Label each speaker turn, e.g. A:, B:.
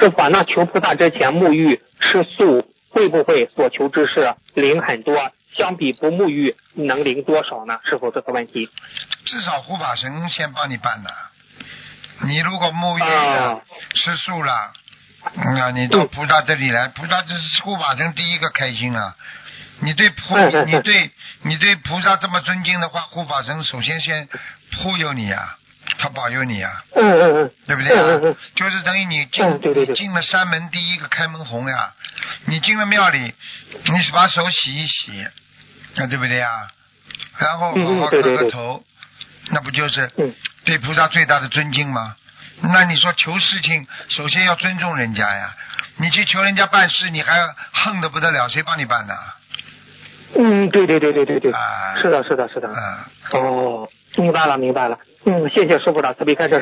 A: 是法那求菩萨之前沐浴吃素，会不会所求之事灵很多？相比不沐浴能灵多少呢？是否这个问题？
B: 至少护法神先帮你办的。你如果沐浴了、
A: 啊
B: 吃素了，那、你到菩萨这里来，菩萨这是护法神第一个开心啊。你对菩
A: 嗯嗯嗯
B: 你对你对菩萨这么尊敬的话，护法神首先先护佑你啊，他保佑你啊，
A: 嗯嗯嗯，
B: 对不对啊？
A: 嗯嗯嗯
B: 就是等于你进、
A: 嗯对对对
B: 你进了山门第一个开门红呀，你进了庙里，你是把手洗一洗，啊对不对呀？然后
A: 嗯嗯
B: 好好磕
A: 对对
B: 个
A: 对
B: 头，那不就是
A: 嗯
B: 对菩萨最大的尊敬吗？那你说求事情，首先要尊重人家呀。你去求人家办事，你还横的不得了，谁帮你办呢？
A: 嗯，对对对对对对，
B: 啊
A: 是的，是的，是的。
B: 嗯。
A: 哦，明白了，明白了。嗯，谢谢师傅的慈悲开示。